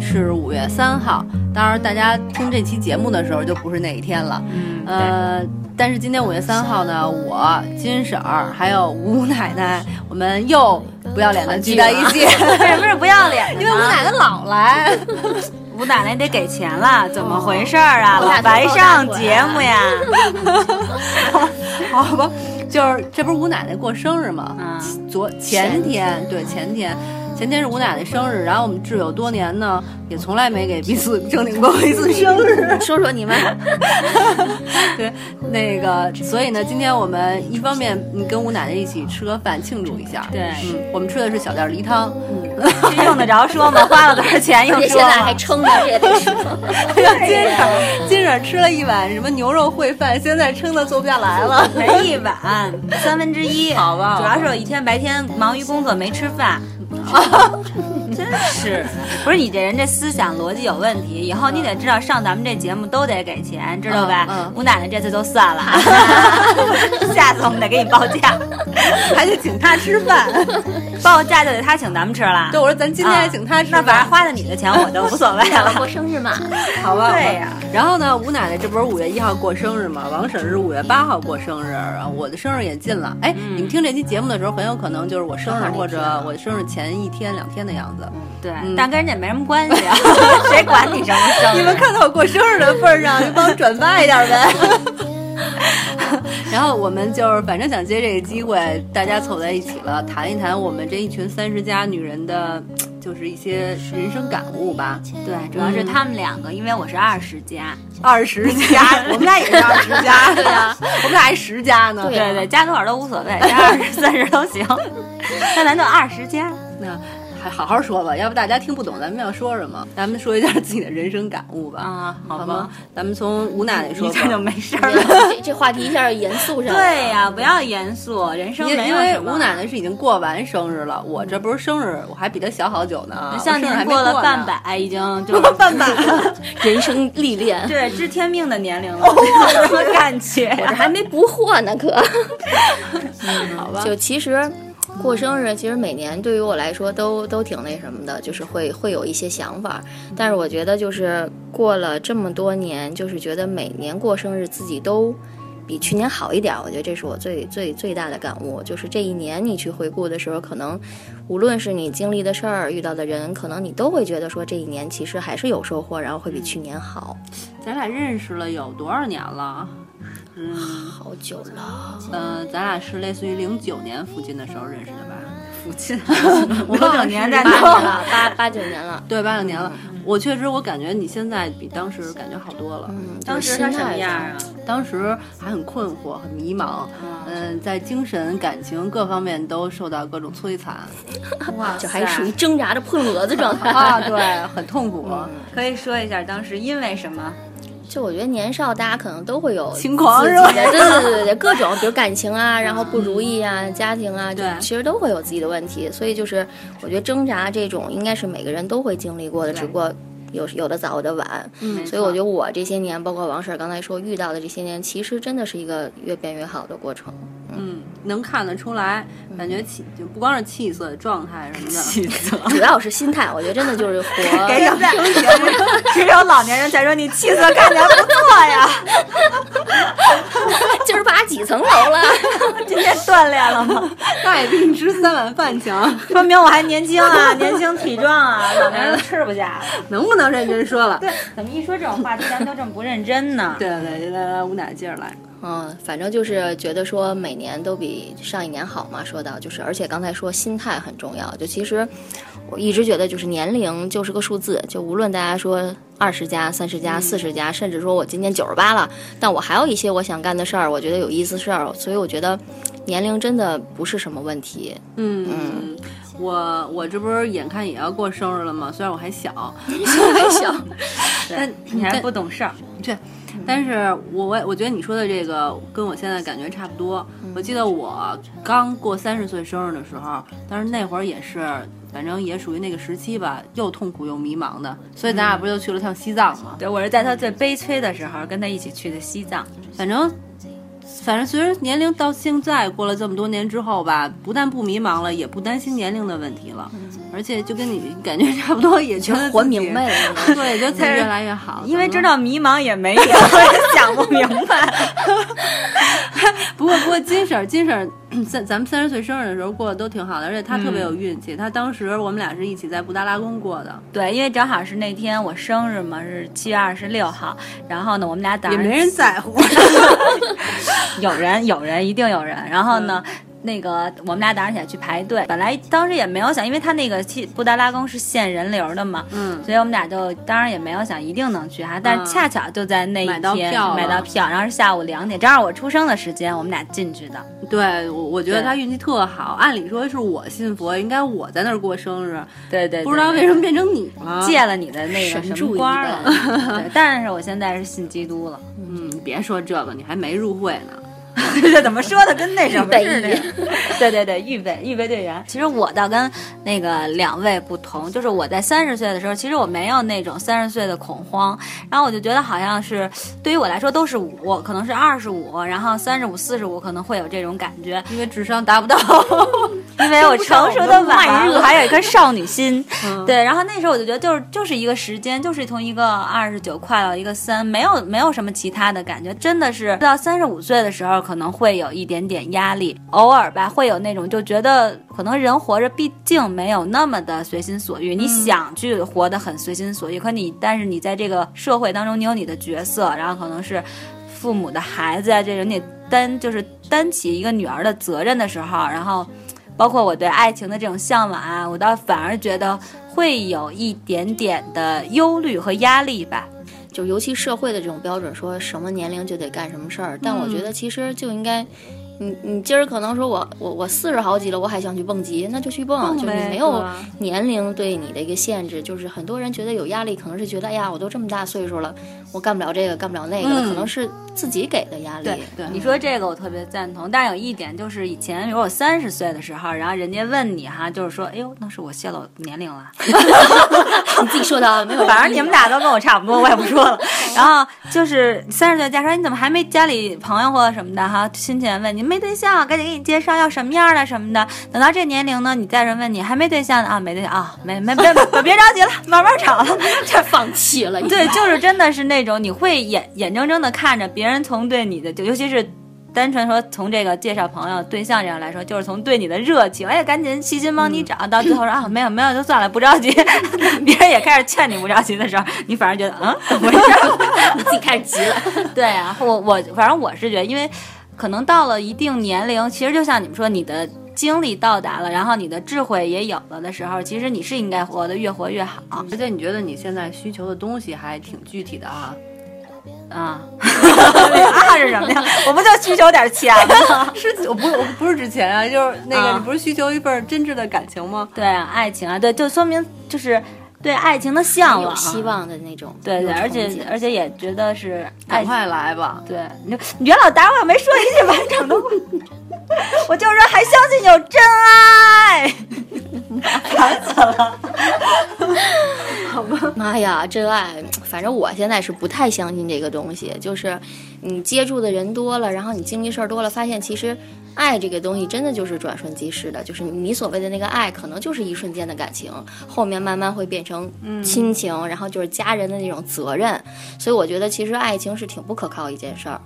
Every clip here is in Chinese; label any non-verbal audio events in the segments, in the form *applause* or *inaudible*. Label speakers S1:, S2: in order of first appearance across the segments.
S1: 是五月三号，当然大家听这期节目的时候就不是那一天了。
S2: 嗯， *laughs*
S1: 呃，但是今天五月三号呢，我金婶儿还有吴奶奶，我们又不要脸的聚在一起，
S2: 为什么哎是不要脸
S1: 因为吴奶奶老来，
S2: 吴奶奶得给钱了，怎么回事儿啊？老白上节目 *laughs* 呀？
S1: 好吧？就是这不是吴奶奶过生日吗？
S2: 嗯，
S1: 昨前天对前天。前天是吴奶奶生日，然后我们挚友多年呢，也从来没给彼此正经过一次生日。
S3: 说说你们， *laughs*
S1: 对， *laughs* 那个，所以呢，今天我们一方面嗯跟吴奶奶一起吃个饭庆祝一下，
S2: 对嗯
S1: 嗯，我们吃的是小店梨汤，
S2: 这用得着说吗？花了多少钱 *laughs*
S3: 而
S2: 用
S3: 且现
S2: 说
S3: 在还
S2: 吗？
S3: 撑着，这也得说。 *laughs*
S1: 今儿 *laughs* 今儿吃了一碗什么牛肉烩饭，现在撑的坐不下来了。
S2: 才一碗，三分之一，
S1: 好吧
S2: 主要是我一天白天忙于工作没吃饭，真是，不是你这人这思想逻辑有问题，以后你得知道上咱们这节目都得给钱，知道吧？
S1: 嗯嗯
S2: 吴奶奶这次就算了， *laughs* 下次我们得给你报价，
S1: 还得请他吃 *laughs* 饭。
S2: 报价就得他请咱们吃了。
S1: *laughs* 对，我说咱今天还请他吃
S2: 啊那
S1: 饭，
S2: 反正花的你的钱我就无所谓
S3: 想
S2: 了。
S3: 过生日 *laughs* 嘛，
S1: *laughs* 好吧？
S2: 对呀
S1: 然后呢，吴奶奶这不是五月一号过生日吗？王婶是五月八号过生日，然后我的生日也近了。哎，
S2: 嗯
S1: 你们听这期节目的时候，很有可能就是我生日
S3: 正好那
S1: 或者
S3: 天啊
S1: 我的生日前一天两天的样子。
S2: 对
S1: 嗯，
S2: 但跟人家没什么关
S1: *laughs*
S2: 系啊，谁管你什么生日？
S1: 你们看到我过生日的份儿上，就帮我转发一点呗。 *laughs* 然后我们就是，反正想借这个机会，大家凑在一起了，谈一谈我们这一群三十加女人的，就是一些人生感悟吧。
S2: 对，主要是他们两个，因为我是二十加，
S1: 二十加，我们俩也是二十加， *laughs* 啊对呀、我们俩还十加呢。
S3: 对
S2: 对对，加多少啊都无所谓，加二十、三十都行。 *laughs* 那咱就二十加，
S1: 那还好好说吧，要不大家听不懂咱们要说什么。咱们说一下自己的人生感嗯悟吧，
S2: 啊好吧
S1: 吗？咱们从吴奶奶说
S2: 你
S1: 吧
S2: 这就没事
S1: *laughs*
S2: 儿了。
S3: 这这话题一下严肃上了。
S2: 对呀、不要严肃，人生
S1: 因
S2: 没
S1: 因
S2: 有
S1: 为
S2: 什么。
S1: 吴奶奶是已经过完生日了，我这不是生日，我还比她小好久呢，啊
S2: 像
S1: 我生日还
S2: 您
S1: 没过
S2: 了
S1: 呢
S2: 半，百，已经
S1: *laughs*
S2: 就是
S1: 半百 *laughs*
S3: 人生历练，
S2: 对知天命的年龄了，
S1: 哦
S2: 有什么 *laughs* 感觉
S1: *laughs*
S3: 我
S2: 呀、
S3: 这还没不惑呢，可。
S1: 好吧？
S3: 就其实过生日，其实每年对于我来说都都挺那什么的，就是会会有一些想法。但是我觉得就是过了这么多年，就是觉得每年过生日自己都。比去年好一点儿，我觉得这是我最最最大的感悟，就是这一年你去回顾的时候，可能无论是你经历的事儿、遇到的人，可能你都会觉得说这一年其实还是有收获，然后会比去年好。
S1: 咱俩认识了有多少年了？嗯，
S3: 好久
S2: *laughs*
S3: 了，
S1: 呃，咱俩是类似于零九年附近的时候认识的吧？附近，
S2: 我
S1: *laughs* 我
S2: 们
S1: 忘
S2: 九
S1: 了
S2: 年
S1: 是
S2: 代
S1: 八
S3: 八
S1: 年
S3: 年
S1: 了，嗯
S3: 了，八八九年了，
S1: 对，八九年了。我确实，我感觉你现在比当时感觉好多了。
S3: 嗯，就是
S2: 当时
S3: 心
S2: 他什么
S3: 态
S2: 样
S3: 上
S2: 啊？
S1: 当时还很困惑、很迷茫，嗯，在精神、感情各方面都受到各种摧 *laughs* 残
S2: 哇
S3: 就还属于挣扎着破蛾子状态。
S1: 啊，对，很痛苦。
S2: 可以说一下当时因为什么？
S3: *laughs* 就我觉得年少大家可能都会有
S1: 轻狂
S3: 自己
S1: 是吧
S3: 的对对对对对，各种比如感情啊，然后不如意啊，家庭啊，就
S1: 嗯对
S3: 其实都会有自己的问题。所以就是我觉得挣扎这种应该是每个人都会经历过的，
S2: 对
S3: 只不过有有的早有的晚。
S1: 嗯
S3: 所以我觉得我这些年，包括王婶儿刚才说遇到的这些年，其实真的是一个越变越好的
S1: *laughs*
S3: 过程。
S1: 嗯，能看得出来，感觉气就不光是气色、状态什么的。
S2: 色。
S1: *laughs*
S3: 主要是心态，我觉得真的就是活 *laughs*
S2: 给我们听节目，只有老年人才说你气色看起来不错呀。 *laughs*
S3: 今儿爬几层楼了。
S2: 今天锻炼了吗？
S1: 大也比吃三碗饭强，
S2: 说明我还年轻 *laughs* 啊，年轻体壮 *laughs* 啊，老年人吃不下。
S1: *laughs* 能不能认真说了？
S2: 对，怎么一说这种话题，咱都这么不认真呢？
S1: 对对对，来来，吴奶接着来。
S3: 嗯，反正就是觉得说每年都比上一年好嘛。说到就是，而且刚才说心态很重要。就其实我一直觉得，就是年龄就是个数字，就无论大家说二十加、三十加、四十加，甚至说我今年九十八了，但我还有一些我想干的事儿，我觉得有意思事儿，所以我觉得年龄真的不是什么问题。
S1: 嗯，我我这不是眼看也要过生日了吗？虽然我还小，
S3: 行，
S1: 但
S2: 你还不懂事儿，
S1: 但是我我我觉得你说的这个跟我现在感觉差不多。我记得我刚过三十岁生日的时候，但是那会儿也是，反正也属于那个时期吧，又痛苦又迷茫的。所以咱俩不就去了趟西藏吗？
S2: 嗯对我是在他最悲催的时候跟他一起去的西藏，
S1: 反正反正随着年龄到现在过了这么多年之后吧，不但不迷茫了，也不担心年龄的问题了，而且就跟你感觉差不多，也觉得
S3: 活
S1: 自己
S3: 明白，了。
S1: *laughs* 对，觉得自己越来越好，
S2: 因为知
S1: 道。
S2: 道迷茫也 *laughs* 没有，也想不明白。
S1: 不过不过金婶儿金婶儿 *clears throat* 在咱们三十岁生日的时候过得都挺好的，而且她特别有运气，她当时我们俩是一起在布达拉宫过的，
S2: 对，因为正好是那天我生日嘛，是七月二十六号。然后呢，我们俩打
S1: 也没人在乎。
S2: *laughs* 有人，有人，一定有人。然后呢，那个我们俩早上起来去排队，本来当时也没有想，因为他那个去布达拉宫是限人流的嘛，
S1: *laughs* 嗯，
S2: 所以我们俩就当然也没有想一定能去哈，但是
S1: 嗯
S2: 恰巧就在那一
S1: 买
S2: 天
S1: 到票了
S2: 买到票，然后是下午两点，正好我出生的时间，我们俩进去的。
S1: 对我我觉得
S2: 对
S1: 她运气特好，按理说是我信佛，应该我在那儿过生日，
S2: 对对对啊
S1: 不知道为什么变成你了。
S2: 借了你的那个
S3: 神
S2: 什
S3: 助
S2: 么
S3: 一
S2: 官了，对，但是我现在是信基督了。
S1: 嗯，别说这个，你还没入会呢。
S2: 这怎么说的跟那什么
S3: 备
S2: 似的
S3: 役
S2: 呀？ *laughs* 对对对，预备预备队员。其实我倒跟那个两位不同，就是我在三十岁的时候，其实我没有那种三十岁的恐慌，然后我就觉得好像是对于我来说都是我可能是二十五，然后三十五、四十五可能会有这种感觉，
S1: 因为智商达不到， *laughs*
S2: 因为我成熟的晚， *laughs* 我还有一颗少女心。
S1: 嗯
S2: 对，然后那时候我就觉得就是就是一个时间，就是从一个二十九快到一个三，没有没有什么其他的感觉，真的是到三十五岁的时候可能会有一点点压力，偶尔吧会有那种就觉得可能人活着毕竟没有那么的随心所欲，你想去活得很随心所欲，可你但是你在这个社会当中你有你的角色，然后可能是父母的孩子啊这种，你得担就是担起一个女儿的责任的时候，然后。包括我对爱情的这种向往啊，我倒反而觉得会有一点点的忧虑和压力吧。
S3: 就尤其社会的这种标准，说什么年龄就得干什么事儿。但我觉
S2: 嗯
S3: 得其实就应该，你你今儿可能说我我我四十好几了，我还想去蹦极，那就去蹦，就是你
S2: 呗
S3: 没
S1: 对
S3: 有
S1: 吧
S3: 年龄对你的一个限制。就是很多人觉得有压力，可能是觉得哎呀，我都这么大岁数了，我干不了这个，干不了那个了，
S1: 嗯
S3: 可能是自己给的压力。
S2: 对
S1: 对
S2: 你说这个我特别赞同，但是有一点就是以前，比如我三十岁的时候，然后人家问你哈，就是说，哎呦，那是我泄露年龄了，
S3: *laughs* 你自己说的，没有
S2: *laughs*
S3: 意义，
S2: 反正你们俩都跟我差不多，我也不说了。然后就是三十岁加说，你怎么还没家里朋友或者什么的哈，亲戚问你没对象，赶紧给你介绍要什么样的什么的。等到这年龄呢，你再人问你还没对象呢啊，没对象啊，没没别别别着急了，慢慢找了。
S3: 太放弃
S2: *laughs*
S3: 了。
S2: 对，就是真的是那种你会眼眼睁睁的看着别人从对你的，就尤其是单纯说从这个介绍朋友对象这样来说，就是从对你的热情，哎，赶紧细心帮你找，到最后说啊，没有没有，就算了，不着急。 *laughs* 别人也开始劝你不着急的时候，你反而觉得嗯，怎么回事儿？ *laughs*
S3: 你自己开始急了。
S2: 对啊，我我反正我是觉得，因为可能到了一定年龄，其实就像你们说，你的经历到达了，然后你的智慧也有了的时候，其实你是应该活得越活越好啊。
S1: 而且你觉得你现在需求的东西还挺具体的啊？
S2: *laughs* 啊是什么呀？我不就需求点钱吗？
S1: 是，我不我不是之前啊，就是那个、
S2: 啊
S1: 你不是需求一份真挚的感情吗？
S2: *laughs* 对啊，爱情啊，对，就说明就是对爱情的向往，
S3: 有希。望的那种，
S2: 啊对对，
S3: 有
S2: 而
S3: 憧
S2: 且
S3: 憬
S2: 而且也觉得是爱
S1: 赶。快来吧！
S2: 对，你就袁老大，我也没说一句完整
S3: *laughs*
S2: 的话，我就说还相信有真爱。
S3: 妈呀，真爱！反正我现在是不太相信这个东西，就是你接触的人多了，然后你经历事儿多了，发现其实爱这个东西真的就是转瞬即逝的，就是你所谓的那个爱，可能就是一瞬间的感情，后面慢慢会变成亲情，
S1: 嗯
S3: 然后就是家人的那种责任。所以我觉得其实爱情是挺不可靠一
S1: *laughs*
S3: 件事儿。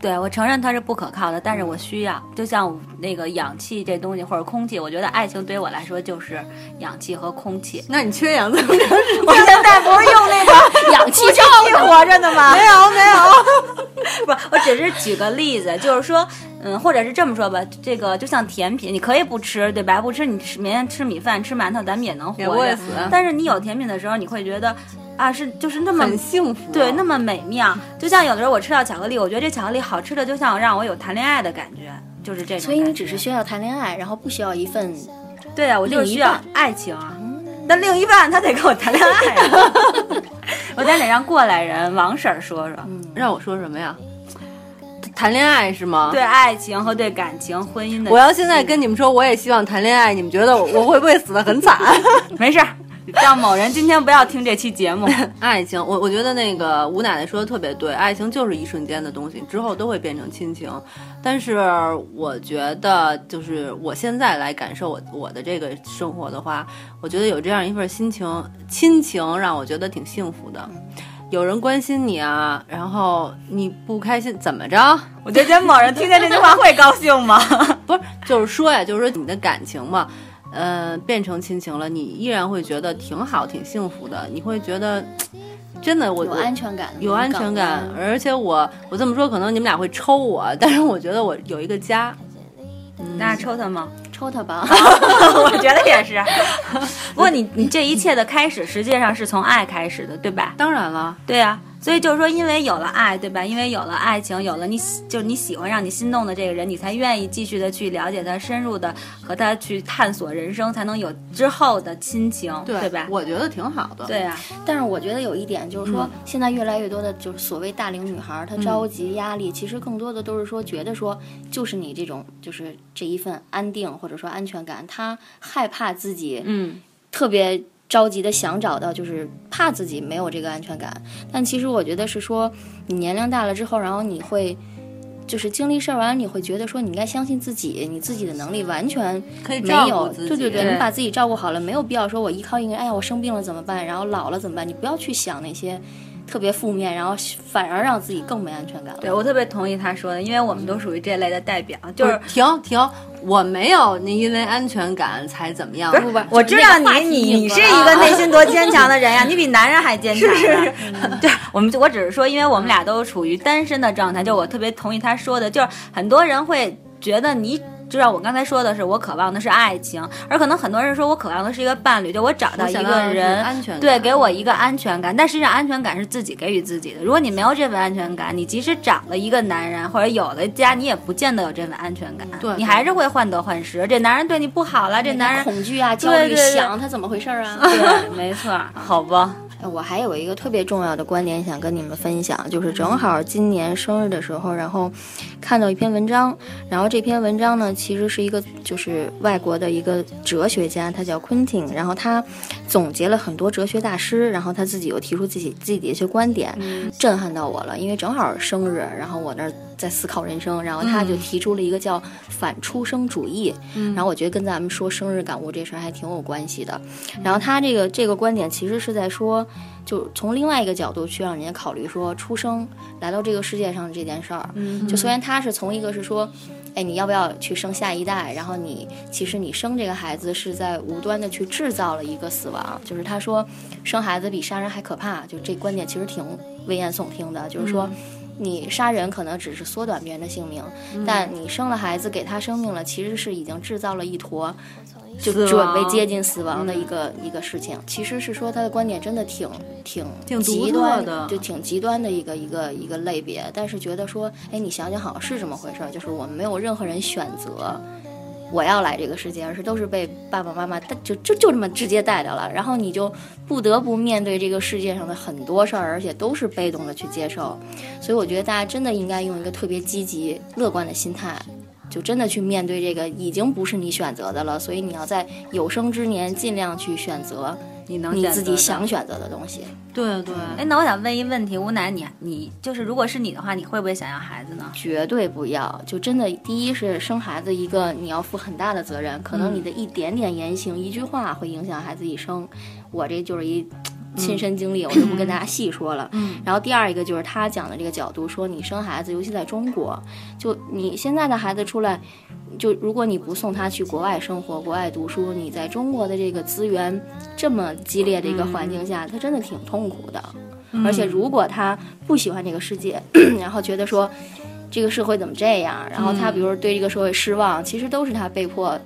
S2: 对，我承认它是不可靠的，但是我需要，就像那个氧气这东西或者空气，我觉得爱情对于我来说就是氧气和空气。
S1: 那你缺氧怎么着？
S2: 我
S1: *laughs*
S2: 现在不是用那个
S3: 氧气罩
S2: 气活着呢吗？
S1: 没有没有，
S2: *laughs* 不，我只是举个例子，就是说，嗯，或者是这么说吧，这个就像甜品，你可以不吃，对吧？不吃你吃，每天吃米饭、吃馒头，咱们也能活
S1: 也不会
S2: 着
S1: 死。
S2: 但是你有甜品的时候，你会觉得，啊，是就是那么
S1: 很幸福。啊
S2: 对那么美妙。就像有的时候我吃到巧克力，我觉得这巧克力好吃的，就像让我有谈恋爱的感觉，就是这种感觉。
S3: 所以你只是需要谈恋爱，然后不需要一份
S2: 对啊，我就是需要
S3: 另
S2: 爱情啊。但另一半他得跟我谈恋爱、啊， *laughs* 我咱得让过来人王婶儿说说。
S3: 嗯
S1: 让我说什么呀？谈恋爱是吗？
S2: 对。爱情和对感情、婚姻的，
S1: 我要现在跟你们说，我也希望谈恋爱，你们觉得我我会不会死得很惨？
S2: 没事儿，让某人今天不要听这期节目。
S1: 爱情，我我觉得那个吴奶奶说的特别对，爱情就是一瞬间的东西，之后都会变成亲情。但是我觉得，就是我现在来感受我我的这个生活的话，我觉得有这样一份心情，亲情让我觉得挺幸福的。有人关心你啊，然后你不开心怎么着？
S2: 我觉得某人听见这句话会高兴吗？ *laughs*
S1: 不是，就是说呀，就是说你的感情嘛，呃，变成亲情了，你依然会觉得挺好，挺幸福的，你会觉得。真的，我
S3: 有安全感，
S1: 有安全感，而且我我这么说，可能你们俩会抽我， *laughs* 但是我觉得我有一个家，
S2: 那抽他吗？
S3: 抽他吧。
S2: *laughs* 我觉得也是。 *laughs* 不过你你这一切的开始，实际上是从爱开始的，对吧？
S1: 当然了，
S2: 对啊，所以就是说，因为有了爱，对吧？因为有了爱情，有了你喜，就是你喜欢让你心动的这个人，你才愿意继续的去了解他，深入的和他去探索人生，才能有之后的亲情，对吧？
S1: 我觉得挺好的，
S2: 对啊，
S3: 但是我觉得有一点就是说，现在越来越多的就是所谓大龄女孩儿，她着急压力，其实更多的都是说觉得说，就是你这种就是这一份安定或者说安全感，她害怕自己
S2: 嗯，
S3: 特别着急的想找到，就是怕自己没有这个安全感。但其实我觉得是说，你年龄大了之后，然后你会。就是经历事儿完，你会觉得说你应该相信自己，你自己的能力完全
S1: 可以
S3: 没
S1: 照顾
S3: 有，
S1: 自己，
S3: 对对对，
S2: 对
S3: 你把自己照顾好了，没有必要说我依靠一个人，哎呀，我生病了怎么办？然后老了怎么办？你不要去想那些特别负面，然后反而让自己更没安全感了。
S2: 对我特别同意他说的，因为我们都属于这类的代表，就
S1: 不
S2: 是
S1: 是。停停，我没有你因为安全感才怎么样，不
S3: 不，
S2: 我知道
S3: 就是那个话
S2: 你，
S3: 题
S2: 你你
S3: 引
S2: 是
S3: 发
S2: 一
S3: 了
S2: 个内心多坚强的人呀，你比男人还坚强。是是 *laughs* 对，我们就我只是说，因为我们俩都处于单身的状态，就我特别同意他说的，就是很多人会觉得你。知道我刚才说的是，我渴望的是爱情，而可能很多人说我渴望的是一个伴侣，就我找到一
S1: 想
S2: 个
S1: 到是
S2: 人，
S1: 安全感
S2: 对，给我一个安全感。但实际上，安全感是自己给予自己的。如果你没有这份安全感，你即使找了一个男人或者有了家，你也不见得有这份安全感，
S1: 对
S2: 你还是会患得患失。这男人对你不好了，这男人
S3: 恐惧啊、焦
S2: 对
S3: 虑，
S2: 对
S3: 想他怎么回事儿啊？
S2: *laughs* 对，没错儿，好吧，
S3: 哎我还有一个特别重要的观点想跟你们分享，就是正好今年生日的时候，然后看到一篇文章，然后这篇文章呢，其实是一个就是外国的一个哲学家，他叫 Quentin，然后他总结了很多哲学大师，然后他自己又提出自己自己的一些观点，
S1: 嗯
S3: 震撼到我了，因为正好生日，然后我那儿在思考人生，然后他就提出了一个叫反出生主义，然后我觉得跟咱们说生日感悟这事儿还挺有关系的。然后他这个这个观点其实是在说，就从另外一个角度去让人家考虑说出生来到这个世界上这件事儿。
S2: 嗯
S3: 嗯
S1: 嗯
S3: 就虽然他是从一个是说，哎，你要不要去生下一代？然后你其实你生这个孩子是在无端的去制造了一个死亡。就是他说，生孩子比杀人还可怕。就这观点其实挺危言耸听的，就
S2: 嗯
S3: 是说。你杀人可能只是缩短别人的性命，
S2: 嗯
S3: 但你生了孩子给他生命了，其实是已经制造了一坨就
S2: 死
S3: 准
S2: 亡嗯
S3: 备接近死亡的一个、一个事情。其实是说他的观点真的挺挺
S1: 挺独
S3: 极
S1: 特
S3: 端
S1: 的
S3: 就挺极端的一个一个一个类别。但是觉得说，哎，你想想好像是这么回事儿，就是我们没有任何人选择。我要来这个世界，而是都是被爸爸妈妈带就就就这么直接带到了，然后你就不得不面对这个世界上的很多事儿，而且都是被动的去接受。所以我觉得大家真的应该用一个特别积极、乐观的心态，就真的去面对这个已经不是你选择的了。所以你要在有生之年尽量去选择
S2: 你能
S3: 你
S2: 选
S3: 自
S2: 择
S3: 己
S2: 的。
S3: 想选择的东西。
S1: 对对，
S2: 哎，那我想问一问题，吴楠，你你就是如果是你的话，你会不会想要孩子呢？
S3: 绝对不要，就真的，第一是生孩子一个你要负很大的责任，可能你的一点点言行、一句话会影响孩子一生。我这就是一亲身经历，我就不跟大家细说了。嗯。然后第二一个就是他讲的这个角度，说你生孩子，尤其在中国，就你现在的孩子出来，就如果你不送他去国外生活、国外读书，你在中国的这个资源这么激烈的一个环境下，他真的挺痛苦的。而且如果他不喜欢这个世界，然后觉得说这个社会怎么这样，然后他
S2: 嗯
S3: 比如说对这个社会失望，其实都是他被迫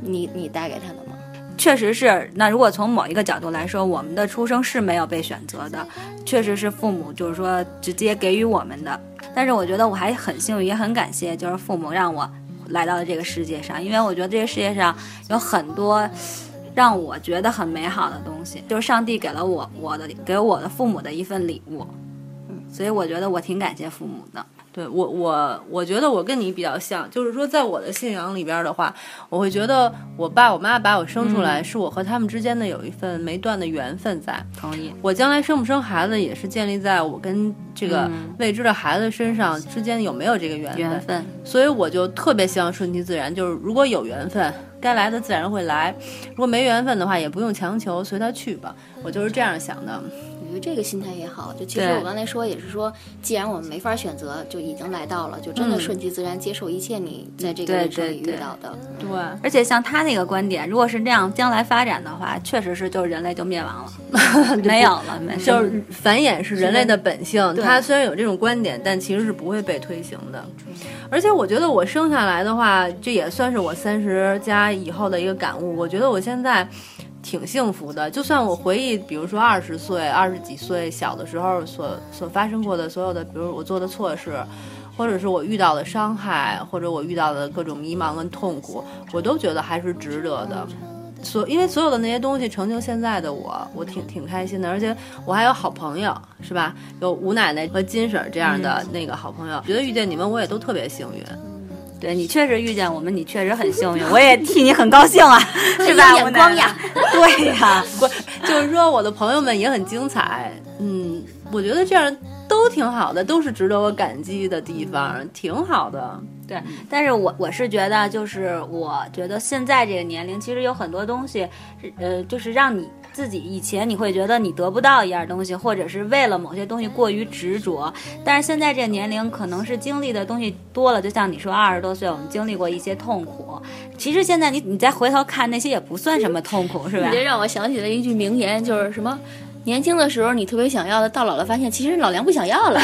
S3: 你你带给他的嘛。
S2: 确实是。那如果从某一个角度来说，我们的出生是没有被选择的，确实是父母就是说直接给予我们的。但是我觉得我还很幸运，也很感谢，就是父母让我来到了这个世界上，因为我觉得这个世界上有很多让我觉得很美好的东西，就是上帝给了我我的给我的父母的一份礼物。所以我觉得我挺感谢父母的。
S1: 对我，我我觉得我跟你比较像，就是说，在我的信仰里边的话，我会觉得我爸我妈把我生出来，是我和他们之间的有一份没断的缘分在。
S2: 同意，
S1: 我将来生不生孩子，也是建立在我跟这个
S2: 嗯
S1: 未知的孩子身上之间有没有这个缘分。
S2: 缘分，
S1: 所以我就特别希望顺其自然，就是如果有缘分，该来的自然会来；如果没缘分的话，也不用强求，随他去吧。我就是这样想的。
S3: 我觉得这个心态也好。就其实
S2: 对
S3: 我刚才说也是说，既然我们没法选择，就已经来到了，就真的
S1: 嗯
S3: 顺其自然，接受一切你在这个
S2: 嗯对
S3: 人生
S2: 对
S3: 里
S2: 对
S3: 遇到的。
S1: 对，
S2: 而且像他那个观点，如果是这样将来发展的话，确实是就人类就灭亡了，
S3: *laughs*
S2: 没有了，
S3: 嗯
S2: 没
S1: 就是繁衍是人类的本性，
S3: 对
S1: 他虽然有这种观点，但其实是不会被推行的。而且我觉得我生下来的话，这也算是我三十加以后的一个感悟。我觉得我现在挺幸福的，就算我回忆，比如说二十岁、二十几岁小的时候所所发生过的所有的，比如我做的错事。或者是我遇到的伤害，或者我遇到的各种迷茫跟痛苦，我都觉得还是值得的。所因为所有的那些东西成就现在的我，我挺挺开心的，而且我还有好朋友，是吧？有吴奶奶和金婶儿这样的
S2: 嗯
S1: 那个好朋友，觉得遇见你们我也都特别幸运。
S2: 对你确实遇见我们，你确实很幸运，我也替你很高兴
S3: *laughs*
S2: 啊，是吧？
S3: 眼光呀
S2: 我奶奶， *laughs* 对呀、
S3: *laughs*
S1: 不，就是说我的朋友们也很精彩，嗯，我觉得这样都挺好的，都是值得我感激的地方，挺好的。
S2: 对，但是我我是觉得，就是我觉得现在这个年龄，其实有很多东西，呃，就是让你自己以前你会觉得你得不到一样东西，或者是为了某些东西过于执着，但是现在这个年龄，可能是经历的东西多了，就像你说，二十多岁我们经历过一些痛苦，其实现在你你再回头看那些也不算什么痛苦，
S3: *laughs*
S2: 是吧
S3: 你？这让我想起了一句名言，就是什么？年轻的时候你特别想要的，到老了发现其实老娘不想要了。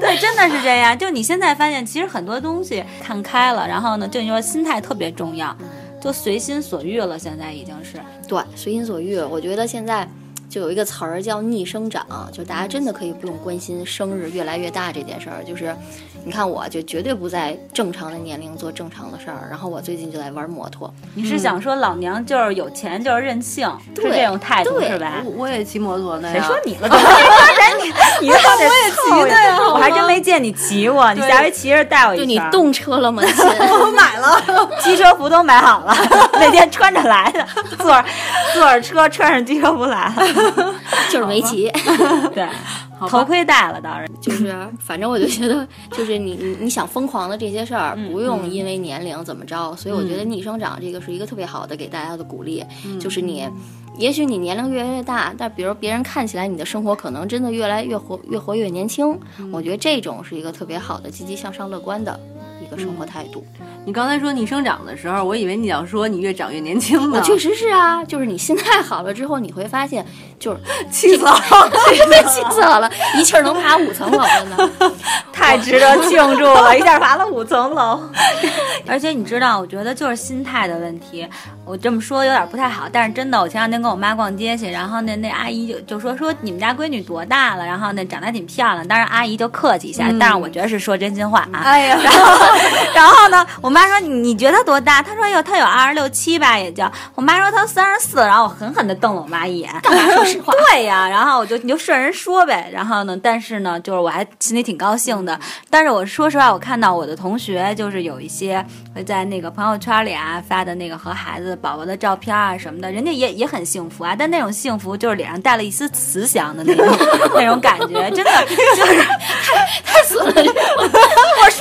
S2: 对，真的是这样。就你现在发现，其实很多东西看开了，然后呢，就你说心态特别重要，就随心所欲了，现在已经是。
S3: 对，随心所欲。我觉得现在就有一个词儿叫逆生长，就大家真的可以不用关心生日越来越大这件事儿。就是你看，我就绝对不在正常的年龄做正常的事儿。然后我最近就在玩摩托，
S2: 你是想说老娘就是有钱就是任性，是
S3: 对
S2: 这种态度
S3: 对
S2: 是吧？
S1: 我我也骑摩托呢
S2: 谁
S1: 呀，
S2: 说你了？谁 *laughs* 说人你？你他妈得我也骑的呀！我还真没见你骑过，你下回骑着带我一
S3: 就
S2: 圈。
S3: 你动车了吗，亲？
S1: 我买了，
S2: 机车服都买好了，那天穿着来的，坐着坐着车穿上机车服来了。
S3: 就是没骑，
S2: 对，头盔戴了当然。
S3: *laughs* 就是反正我就觉得，就是你你你想疯狂的这些事儿，不用因为年龄怎么着。所以我觉得逆生长这个是一个特别好的给大家的鼓励，就是你。也许你年龄越来越大，但比如别人看起来你的生活可能真的越来越活越活越年轻，我觉得这种是一个特别好的积极向上、乐观的一个生活态度。
S1: 你刚才说你生长的时候，我以为你要说你越长越年轻呢
S3: 我。确实是啊，就是你心态好了之后，你会发现，就是 *laughs*
S1: 气死了！
S2: *laughs*
S3: 气死我了，一气儿能爬五层楼了呢。
S2: 太值得庆祝了，一下爬了五层楼。 *laughs* 而且你知道，我觉得就是心态的问题。我这么说有点不太好，但是真的，我前两天跟我妈逛街去，然后那那阿姨就就说说你们家闺女多大了，然后那长得还挺漂亮。当然阿姨就客气一下，但是我觉得是说真心话啊。
S1: 哎呀，
S2: *laughs* 然后呢，我妈说你你觉得多大？她说哟，她有二十六七吧，也就。我妈说她三十四，然后我狠狠地瞪了我妈一眼，干嘛说实话？ *laughs* 对呀，然后我就你就顺人说呗。然后呢，但是呢，就是我还心里挺高兴的。但是我说实话，我看到我的同学就是有一些会在那个朋友圈里啊发的那个和孩子宝宝的照片啊什么的，人家也也很幸福啊，但那种幸福就是脸上带了一丝慈祥的那种 *laughs* 那种感觉，真的就是。
S3: 死了，我说的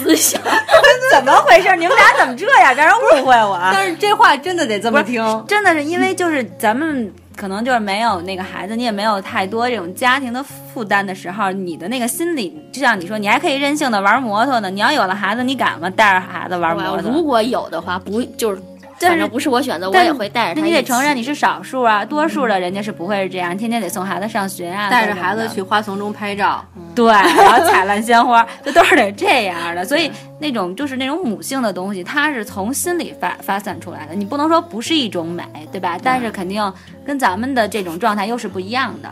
S3: 是 *laughs* 思想。
S2: *laughs* 怎么回事？你们俩怎么这 *laughs* 样？让人误会我啊。
S1: 但是这话真的得这么听。
S2: 真的是因为就是咱们可能就是没有那个孩子，你也没有太多这种家庭的负担的时候，你的那个心理，就像你说，你还可以任性的玩摩托呢。你要有了孩子，你敢吗？带着孩子玩
S3: 我要
S2: 摩
S3: 如
S2: 托？
S3: 果有的话，不就是，
S2: 但
S3: 反
S2: 是
S3: 正不是我选择，我
S2: 但
S3: 也会带
S2: 那
S3: 着他。
S2: 你得承认你，是少数啊，多数的人家是不会是这样，天天得送孩子上学啊，
S1: 嗯带
S2: 干
S1: 着
S2: 什么
S1: 孩子
S2: 的
S1: 去花丛中拍照，
S2: 对，然后踩烂鲜花，就都是得这样的。所以那种就是那种母性的东西，它是从心里发发散出来的。你不能说 *laughs* 不是一种美，对吧？但是肯定跟咱们的这种状态又是不一样的。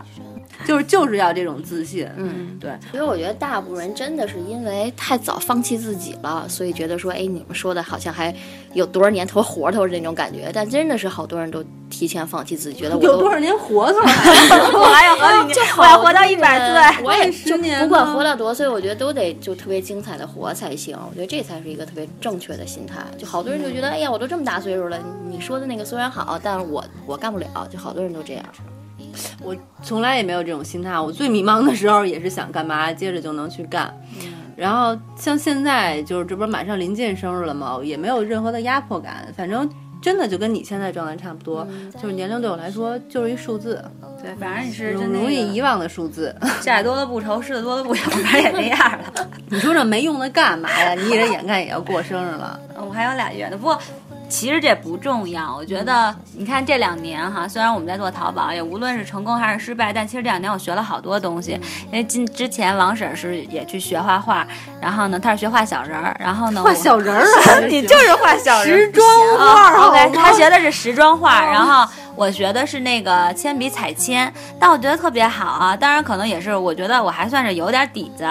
S1: 就是就是要这种自信。
S3: 嗯，
S1: 对，
S3: 其实我觉得大部分人真的是因为太早放弃自己了，所以觉得说，哎，你们说的好像还有多少年头活头那种感觉，但真的是好多人都提前放弃自己，觉得我
S1: 有
S3: 都
S1: 多少年活头啊？
S2: 我还有哦好几
S3: 就
S2: 年，
S3: 好
S2: 我要活到一百岁。
S1: 我也十年
S3: 不管活
S1: 了，
S3: 到多岁，我觉得都得就特别精彩的活才行。我觉得这才是一个特别正确的心态。就好多人就觉得，哎呀，我都这么大岁数了，你说的那个虽然好，但是我我干不了。就好多人都这样。
S1: 我从来也没有这种心态。我最迷茫的时候也是想干嘛，接着就能去干。然后像现在就是这不是马上临近生日了吗？也没有任何的压迫感，反正真的就跟你现在状态差不多，就是年龄对我来说就是一数字，
S2: 对，反正你是
S1: 容
S2: 真的
S1: 容易
S2: 一
S1: 遗忘的数字。 *laughs*
S2: 债多了不愁，吃的多了不愁，反正也这样了。
S1: 你说这没用的干嘛呀？你这眼看也要过生日 *laughs* 了，
S2: 我还有俩月呢，不过其实这不重要。我觉得你看这两年哈，虽然我们在做淘宝，也无论是成功还是失败，但其实这两年我学了好多东西。因为今之前王婶是也去学画画，然后呢，她是学画小人儿，然后呢，
S1: 画
S2: 我
S1: 小人儿了，
S2: 你 *laughs* 就是画小人儿，
S1: 时装画儿
S2: 啊
S1: 好吗哦
S2: OK，他学的是时装画，然后我学的是那个铅笔彩铅，但我觉得特别好啊。当然，可能也是我觉得我还算是有点底子，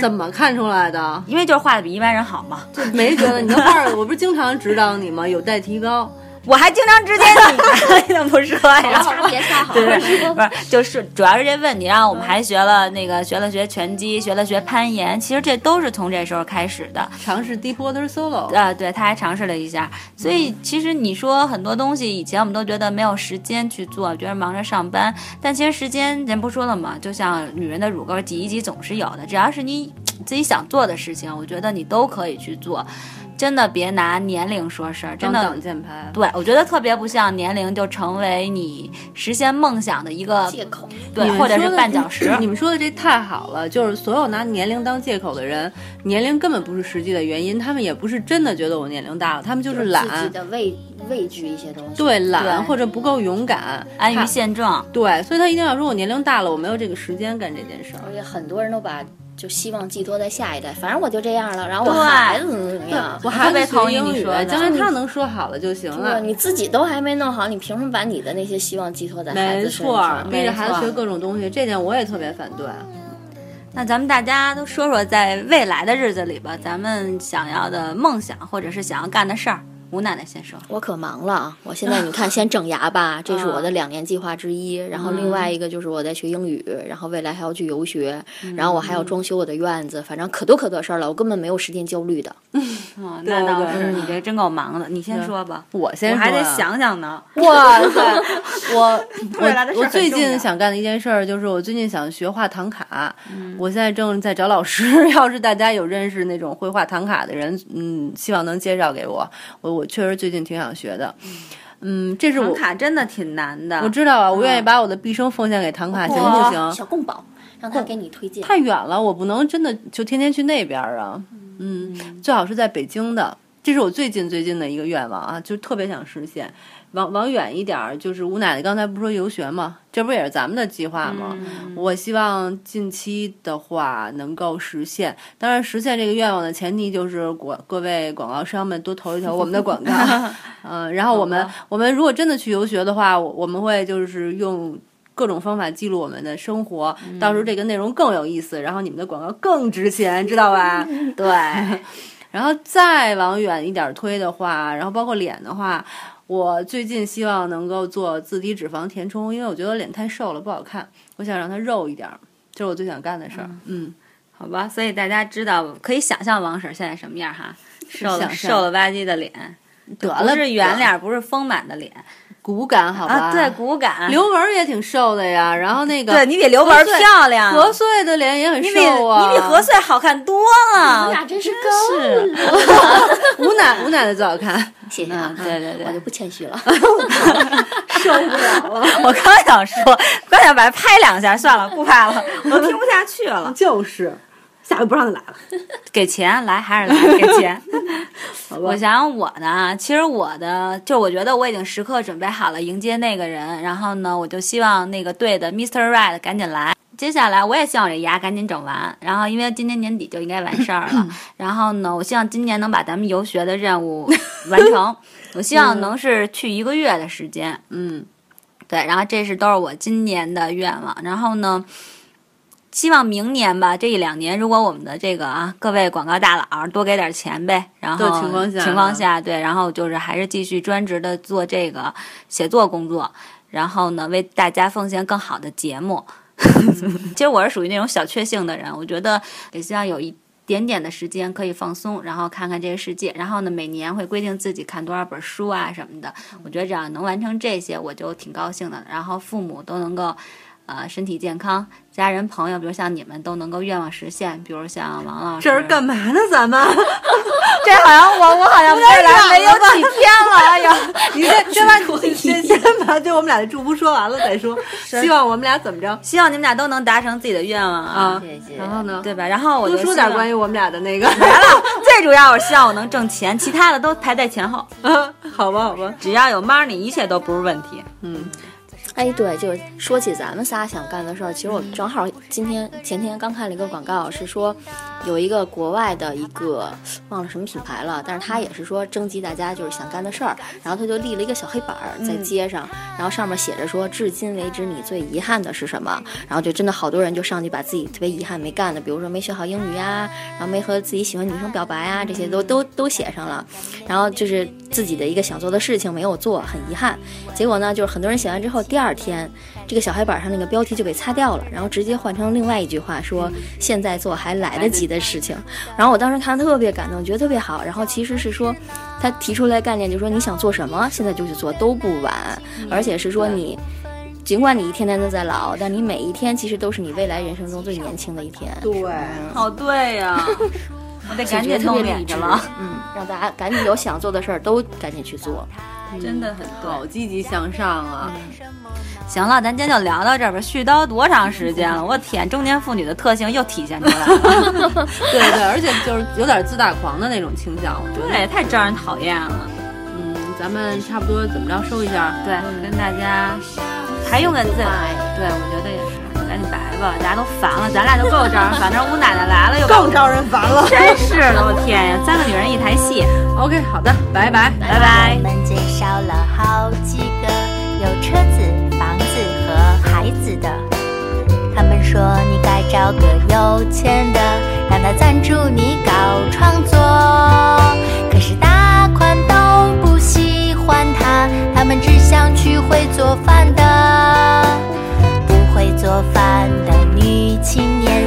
S1: *laughs* 怎
S2: 是
S1: 么看出来的？
S2: 因为就是画的比一般人好嘛。
S1: 就没觉得你的画儿，我不是经常指导你吗？有待提高。
S2: 我还经常直接你，你怎么不说哎呀？
S3: 别瞎好
S2: 对对，不是，就是主要是这问题。然后我们还学了那个，学了学拳击，学了学攀岩，其实这都是从这时候开始的。
S1: 尝试 deep water solo，
S2: 啊，对，他还尝试了一下，所以其实你说很多东西，以前我们都觉得没有时间去做，觉得忙着上班，但其实时间，人不说了嘛，就像女人的乳沟挤一挤总是有的，只要是你自己想做的事情，我觉得你都可以去做，真的别拿年龄说事儿，真
S1: 张
S2: 的
S1: 挡箭牌。
S2: 对我觉得特别不像年龄就成为你实现梦想的一个
S3: 借口。
S2: 对
S1: 你，们
S2: 或者
S1: 说
S2: 是
S1: 的
S2: 绊脚石。
S1: 你们说的这太好了，就是所有拿年龄当借口的人，年龄根本不是实际的原因，他们也不是真的觉得我年龄大了，他们就是
S3: 自己
S1: 懒，
S3: 的畏畏惧一些东西。
S1: 对懒
S2: 对
S1: 或者不够勇敢，
S2: 安于
S1: 他
S2: 现状，
S1: 对，所以他一定要说我年龄大了，我没有这个时间干这件事儿。
S3: 而且很多人都把就希望寄托在下一代，反正我就这样了，然后我
S2: 对
S3: 孩子怎么怎么样。
S1: 我还
S2: 特别
S1: 没
S2: 同
S1: 学
S2: 意
S1: 英
S2: 你
S1: 语
S2: 说，的
S1: 将来他能说好了就行
S3: 对
S1: 了。
S3: 嗯你自己都还没弄好，你凭什么把你的那些希望寄托在孩
S1: 没
S3: 子身
S1: 错儿，
S3: 上？
S1: 逼着孩子
S2: 没错
S1: 学各种东西，这点我也特别反对。
S2: 那咱们大家都说说，在未来的日子里吧，咱们想要的梦想或者是想要干的事儿。吴奶奶先说，
S3: 我可忙了啊！我现在你看，先整牙吧，这是我的两年计划之一。然后另外一个就是我在学英语，然后未来还要去游学，然后我还要装修我的院子，反正可多可多事儿了，我根本没有时间焦虑的。
S2: 嗯，
S1: 对
S2: 那倒
S1: 对
S2: 是，你这真够忙的。你先说吧，
S1: 我先
S2: 我
S1: 说
S2: 还得
S1: 啊 *laughs*
S2: 想想呢。
S1: 哇塞！
S2: *laughs*
S1: 我
S2: 未来的事
S1: 我我
S2: 儿很
S1: 最
S2: 重要
S1: 近想干的一件事儿就是，我最近想学画唐卡。*laughs*
S2: 嗯
S1: 我现在正在找老师，要是大家有认识那种会画唐卡的人，嗯，希望能介绍给我。我我确实最近挺想学的。嗯，这是
S2: 唐
S1: 我
S2: 卡真的挺难的，
S1: 我知道啊，我愿意把我的毕生奉献给唐卡，行
S2: 哇
S1: 不行？
S3: 小贡宝，让他给你推荐。
S1: 太远了，我不能真的就天天去那边儿啊。嗯，最好是在北京的，这是我最近最近的一个愿望啊，就特别想实现。往往远一点儿，就是吴奶奶刚才不是说游学吗？这不也是咱们的计划吗？
S2: 嗯
S1: 我希望近期的话能够实现。当然，实现这个愿望的前提就是广各位广告商们多投一投我们的广告。嗯、然后我们
S2: 好吧
S1: 我们如果真的去游学的话，我我们会就是用各种方法记录我们的生活，到时候这个内容更有意思，然后你们的广告更值钱，知道吧？
S2: 对，
S3: *laughs*
S1: 然后再往远一点推的话，然后包括脸的话，我最近希望能够做自体脂肪填充，因为我觉得脸太瘦了不好看，我想让它肉一点儿，这是我最想干的事儿。嗯，
S2: 好吧。所以大家知道，可以想象王婶现在什么样哈，瘦了
S1: 想象
S2: 瘦了吧唧的脸，
S1: 得
S2: 不
S1: 了，
S2: 是圆，脸，不是丰满的脸
S1: 骨感好吧？
S2: 啊，对，骨感，
S1: 刘雯儿也挺瘦的呀，然后那个
S2: 对你比刘雯儿
S1: 何穗
S2: 漂亮，
S1: 何穗的脸也很
S2: 你比你
S1: 瘦啊，
S2: 比何穗好看多
S3: 我
S2: 了。
S3: 俩真是高， *laughs*
S1: 吴奶吴奶奶最好看，
S3: 谢谢啊！
S2: 嗯对对对
S3: 我就不谦虚 *laughs* 了。
S1: *laughs* 受不了了，
S2: 我刚想说，刚想把他拍两下，算了，不拍了， *laughs* 我都听不下去
S1: *laughs*
S2: 了。
S1: 就是。下回不让他来了，
S2: 给钱来还是来给 *laughs* 钱？
S1: 好吧
S2: 我？想想我呢，其实我的就我觉得我已经时刻准备好了迎接那个人，然后呢，我就希望那个对的 Mr. Right 赶紧来。接下来我也希望我这牙赶紧整完，然后因为今年年底就应该完事儿了，然后呢，我希望今年能把咱们游学的 *laughs* 嗯任务完成，我希望能是去一个月的时间，
S1: 嗯，
S2: 对，然后这是都是我今年的愿望。然后呢，希望明年吧，这一两年，如果我们的这个啊，各位广告大佬多给点钱呗，然后
S1: 的情况下
S2: 下对，然后就是还是继续专职的做这个写作工作，然后呢，为大家奉献更好的节目。其实我是属于那种小确幸的人，我觉得也希望有一点点的时间可以放松，然后看看这个世界。然后呢，每年会规定自己看多少本书啊什么的。我觉得只要能完成这些，我就挺高兴的。然后父母都能够，呃，身体健康，家人朋友，比如像你们都能够愿望实现，比如像王老师，
S1: 这是干嘛呢？咱 *laughs* 们
S2: 这好像我我好像未来没有几天了，哎呀，
S1: *laughs* 你这先把你先先把对我们俩的祝福说完了再 *laughs* 说，希望我们俩怎么着
S2: 希望你们俩都能达成自己的愿望啊，
S1: 啊？
S3: 谢
S1: *laughs*
S3: 谢
S1: 然后呢？
S2: 对吧？然后我就
S1: 多说点
S2: 希望
S1: 关于我们俩的那个，
S2: 完了，最主要我希望我能挣钱，其他的都排在前后。 *laughs*
S1: 好吧，好吧，
S2: 只要有 money，一切都不是问题。
S1: 嗯，
S3: 哎，对，就是说起咱们仨想干的事儿，其实我正好今天前天刚看了一个广告，是说有一个国外的一个忘了什么品牌了，但是他也是说征集大家就是想干的事儿，然后他就立了一个小黑板儿在街上，然后上面写着说至今为止你最遗憾的是什么，然后就真的好多人就上去把自己特别遗憾没干的，比如说没学好英语啊，然后没和自己喜欢女生表白啊，这些都都都写上了，然后就是自己的一个想做的事情没有做，很遗憾。结果呢，就是很多人写完之后，第二天这个小黑板上那个标题就给擦掉了，然后直接换成另外一句话说“现在做还嗯来得及的事情”。然后我当时看得特别感动，觉得特别好。然后其实是说，他提出来概念就是说你想做什么，现在就去做都不晚，而且是说你。尽管你一天天都在老，但你每一天其实都是你未来人生中最年轻的一天。
S1: *laughs* 对，
S2: 好哦对呀、我得赶
S3: 感觉
S2: 紧
S3: 特
S2: 弄
S3: 别
S2: 脸
S3: 励
S2: 去
S3: 志
S2: 了，，
S3: 嗯，让大家赶紧有想做的事儿都赶紧去做。
S2: 真的很
S1: 好
S2: 对。
S1: 积极向上啊！
S2: 行了，咱今天就聊到这儿吧。絮叨多长时间了？我天，中年妇女的特性又体现出来了， *laughs*
S1: 对对，而且就是有点自大狂的那种倾向，我觉得，
S2: 对，太招人讨厌了。
S1: 嗯，咱们差不多怎么着收一下？
S2: 对，跟大家还用跟自己来？对，我觉得也是，赶紧白吧，大家都烦了，咱俩就够招人烦。正吴奶奶来了
S1: *laughs*
S2: 又
S1: 更招人烦了。
S2: 真是的，我天呀，三个女人一台戏，
S1: OK，好的，拜拜。
S2: 拜拜
S4: 我。们介绍了好几个有车子、房子和孩子的。他们说你该找个有钱的，让他赞助你搞创作。可是大款都不喜欢他，他们只想去会做饭的。不会做饭的女青年